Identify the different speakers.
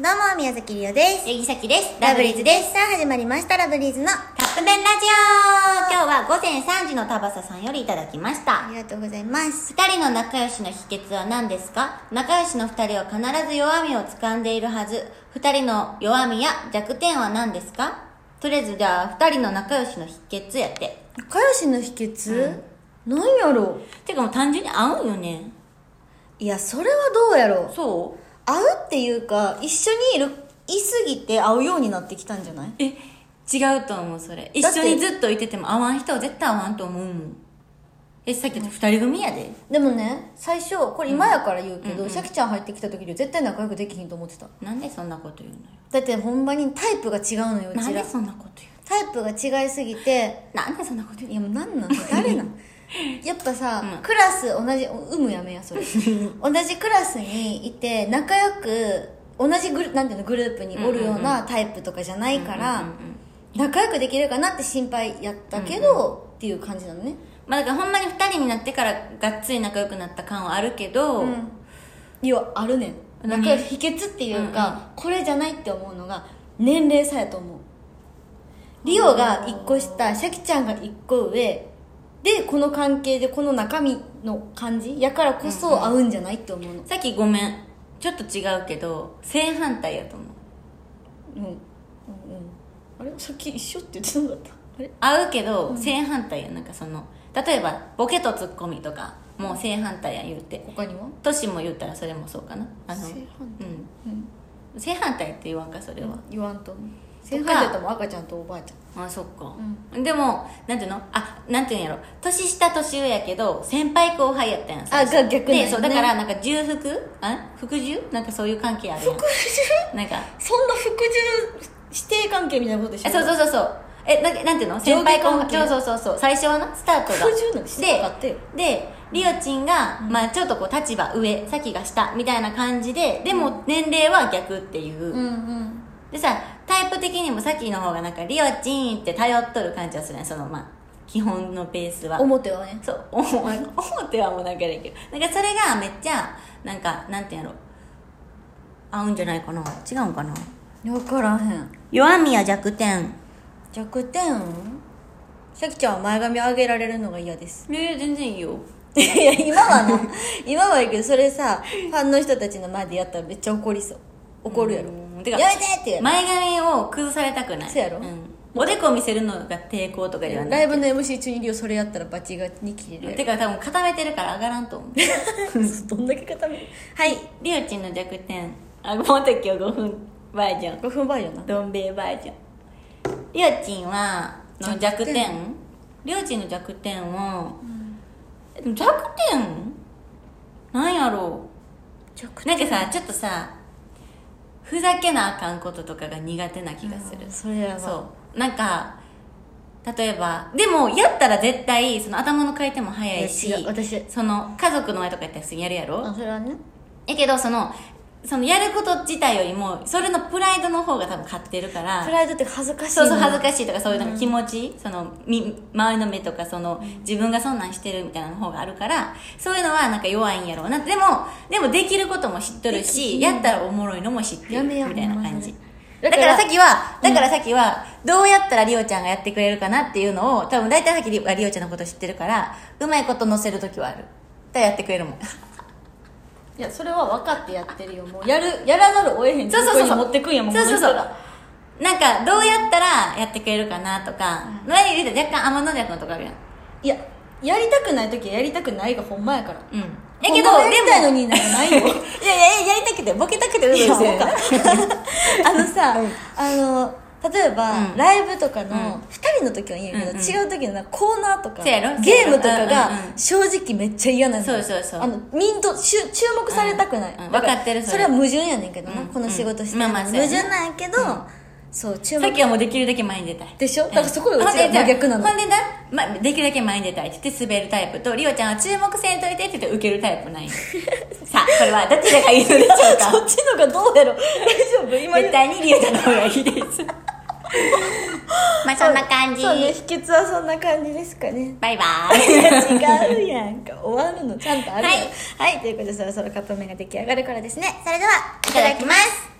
Speaker 1: どうも、宮崎りおです。
Speaker 2: 柳崎です
Speaker 1: ラブリーズですす。さあ、始まりました、ラブリーズの。あ
Speaker 2: カップ麺ラジオ今日は午前3時の田畑さんよりいただきました
Speaker 1: りがとうございます。
Speaker 2: 二人の仲良しの秘訣は何ですか仲良しの二人は必ず弱みを掴んでいるはず二人の弱みや弱点は何ですかとりあえずじゃあ二人の仲良しの秘訣やって
Speaker 1: 仲良しの秘訣、なんやろ
Speaker 2: てかもう単純に合うよね
Speaker 1: いや、それはどうやろう。
Speaker 2: そう
Speaker 1: 会うっていうか、一緒にいる、いすぎて会うようになってきたんじゃない
Speaker 2: え違うと思うそれ一
Speaker 1: だって
Speaker 2: 緒にずっといてても合わん人は絶対合わんと思うもんえさっき言った二人組やで
Speaker 1: でもね、最初、これ今やから言うけど、シャキちゃん入ってきた時より絶対仲良くできひんと思ってた。
Speaker 2: なんでそんなこと言うのよ
Speaker 1: だって、ほんまにタイプが違うのよ、う
Speaker 2: な
Speaker 1: ち
Speaker 2: ん
Speaker 1: ら
Speaker 2: で。そんなこと言う
Speaker 1: タイプが違いすぎて、
Speaker 2: のなんでそんなこと言う
Speaker 1: いやもうなんなん誰 なんやっぱさ、
Speaker 2: うん
Speaker 1: クラス同じうむやめやそれ 同じクラスにいて仲良く同じグルなんていうのグループにおるようなタイプとかじゃないから、
Speaker 2: うんうんうん
Speaker 1: 仲良くできるかなって心配やったけど、っていう感じなのね
Speaker 2: まあだからほんまに2人になってからがっつり仲良くなった感はあるけど、
Speaker 1: うんいやあるねん
Speaker 2: 何
Speaker 1: 仲良く秘訣っていうか、これじゃないって思うのが年齢差やと思うリオが1個下シャキちゃんが1個上でこの関係でこの中身の感じやからこそ合うんじゃないって思うの
Speaker 2: さっきごめんちょっと違うけど正反対やと思う
Speaker 1: うん、うんうん、あれさっき一緒って言ってなかったあれ
Speaker 2: 合うけど正反対や、なんかその例えばボケとツッコミとかもう正反対や言うて
Speaker 1: 他には
Speaker 2: 年も言ったらそれもそうかなあの
Speaker 1: 正反う
Speaker 2: 対、
Speaker 1: ん
Speaker 2: うん、正反対って言わんかそれは、
Speaker 1: 言わんと思う先輩だとも赤ちゃんとおばあちゃん
Speaker 2: あそっか、でもなんていうのあなんていうんやろ年下年上やけど先輩後輩やったやん
Speaker 1: あが逆なんや
Speaker 2: で
Speaker 1: ね
Speaker 2: そうだからなんか重複あ服従なんかそういう関係あるやんなんか
Speaker 1: そんな服従指定関係みたいなことでし
Speaker 2: えそうそうそうそうえなんかなんていうの
Speaker 1: 上
Speaker 2: 先
Speaker 1: 下
Speaker 2: 輩後
Speaker 1: 関係
Speaker 2: 輩そうそうそうそう最初はなスタートが
Speaker 1: 服 従なんてしてなかったよ
Speaker 2: ででリオちんが、まあ、ちょっとこう立場上さきが下みたいな感じででも年齢は逆っていう、
Speaker 1: うんうん
Speaker 2: でさタイプ的にもさっきの方がなんかリオチンって頼っとる感じはするねそのまあ基本のベースは
Speaker 1: 表はね
Speaker 2: そうおなんか表はもうなんかだけどなんかそれがめっちゃなんかなんていうんやろ合うんじゃないかな違うんかな
Speaker 1: 分からへん
Speaker 2: 弱みや弱点
Speaker 1: 弱点さきちゃんは前髪上げられるのが嫌です
Speaker 2: いやいや全然いいよ
Speaker 1: いや今はな 今はいいけどそれ さファンの人たちの前でやったらめっちゃ怒りそう怒るやろ
Speaker 2: うんて
Speaker 1: や
Speaker 2: か
Speaker 1: めてってやる
Speaker 2: 前髪を崩されたくない
Speaker 1: そうやろ
Speaker 2: ん、おでこを見せるのが抵抗とかではない
Speaker 1: ライブの MC 中にリオそれやったらバチがに切 れる
Speaker 2: てか多分固めてるから上がらんと思 う
Speaker 1: どんだけ固める
Speaker 2: はいリオチンの弱点あもう時は5分バージョン
Speaker 1: 5分前やな
Speaker 2: どん兵衛バージョンりょうちんはの弱
Speaker 1: 弱点
Speaker 2: 点りょうちんの弱点を、えでも弱点なんやろ
Speaker 1: 弱
Speaker 2: うなんかさちょっとさふざけなあかんこととかが苦手な気がする、
Speaker 1: うんそれやば
Speaker 2: そうなんか例えばでもやったら絶対その頭の回転も速いし
Speaker 1: いや違う私
Speaker 2: その家族の前とかやったら普通にやるやろ、
Speaker 1: あそれはね
Speaker 2: やけどそのそのやること自体よりもそれのプライドの方が多分勝ってるから
Speaker 1: プライドって恥ずかしい
Speaker 2: そうそう恥ず
Speaker 1: しい
Speaker 2: かしいとかそういうなんか気持ち、そのみ周りの目とかその自分がそんなんしてるみたいなの方があるからそういうのはなんか弱いんやろうなでもでもできることも知っとるしやったらおもろいのも知って
Speaker 1: や
Speaker 2: るみ
Speaker 1: めや
Speaker 2: たいな感じ
Speaker 1: ほんまそれだ
Speaker 2: だか
Speaker 1: から
Speaker 2: らさっきはだからさっきはどうやったらリオちゃんがやってくれるかなっていうのを多分大体さっきリリオちゃんのこと知ってるからうまいこと乗せる時はあるだからやってく れるもん
Speaker 1: いやそれは分かってやってるよもうやるやらざるを得へん
Speaker 2: そうそうそう
Speaker 1: こ
Speaker 2: そう
Speaker 1: こに持ってくんやもん
Speaker 2: そうそうそ
Speaker 1: この人ら
Speaker 2: うなんかどうやったらやってくれるかなとか、前に言うと若干天の弱のとかあるやん
Speaker 1: いややりたくない時はやりたくないがほんまやから
Speaker 2: うんやけ
Speaker 1: やけ
Speaker 2: どで
Speaker 1: ど
Speaker 2: も
Speaker 1: やりたいのになんか ないよ
Speaker 2: いやいややりたくてボケたくてう
Speaker 1: い や
Speaker 2: ぞ
Speaker 1: そうかあのさ、あの例えば、
Speaker 2: うん
Speaker 1: ライブとかの
Speaker 2: うん
Speaker 1: 2人の時はいいんやけど、
Speaker 2: うんうん
Speaker 1: 違う時のなんかコーナーとか
Speaker 2: そうやろ
Speaker 1: ゲームとかが
Speaker 2: うんうん
Speaker 1: 正直めっちゃ嫌なの
Speaker 2: そうそうそう
Speaker 1: あのミント注注目されたくない、
Speaker 2: うんうん
Speaker 1: だら
Speaker 2: 分かってるそれ
Speaker 1: それは矛盾やねんけどな、
Speaker 2: うん
Speaker 1: この仕事してる
Speaker 2: うん
Speaker 1: の
Speaker 2: まあまあそう
Speaker 1: 矛
Speaker 2: やね
Speaker 1: 盾なんやけど、そう注
Speaker 2: さ
Speaker 1: 目
Speaker 2: っきはもうできるだけ前に出たい
Speaker 1: でしょだからそこがうちら真逆なの
Speaker 2: ほんでな、ま、できるだけ前に出たいって言って滑るタイプとリオちゃんは注目せんといてって言って受けるタイ プないさあこれはどちらがいいのでしょうか
Speaker 1: そっちのがどうやろう 大丈夫今
Speaker 2: 絶対にリオちゃんの方がいいですまあそんな感じ、
Speaker 1: そうね秘訣はそんな感じですかね
Speaker 2: バイバイ
Speaker 1: 違うやんか終わるのちゃんとあるやん
Speaker 2: はい
Speaker 1: はい、ということでそろそろカップ麺が出来上がるからですね
Speaker 2: ね、それではいただきます。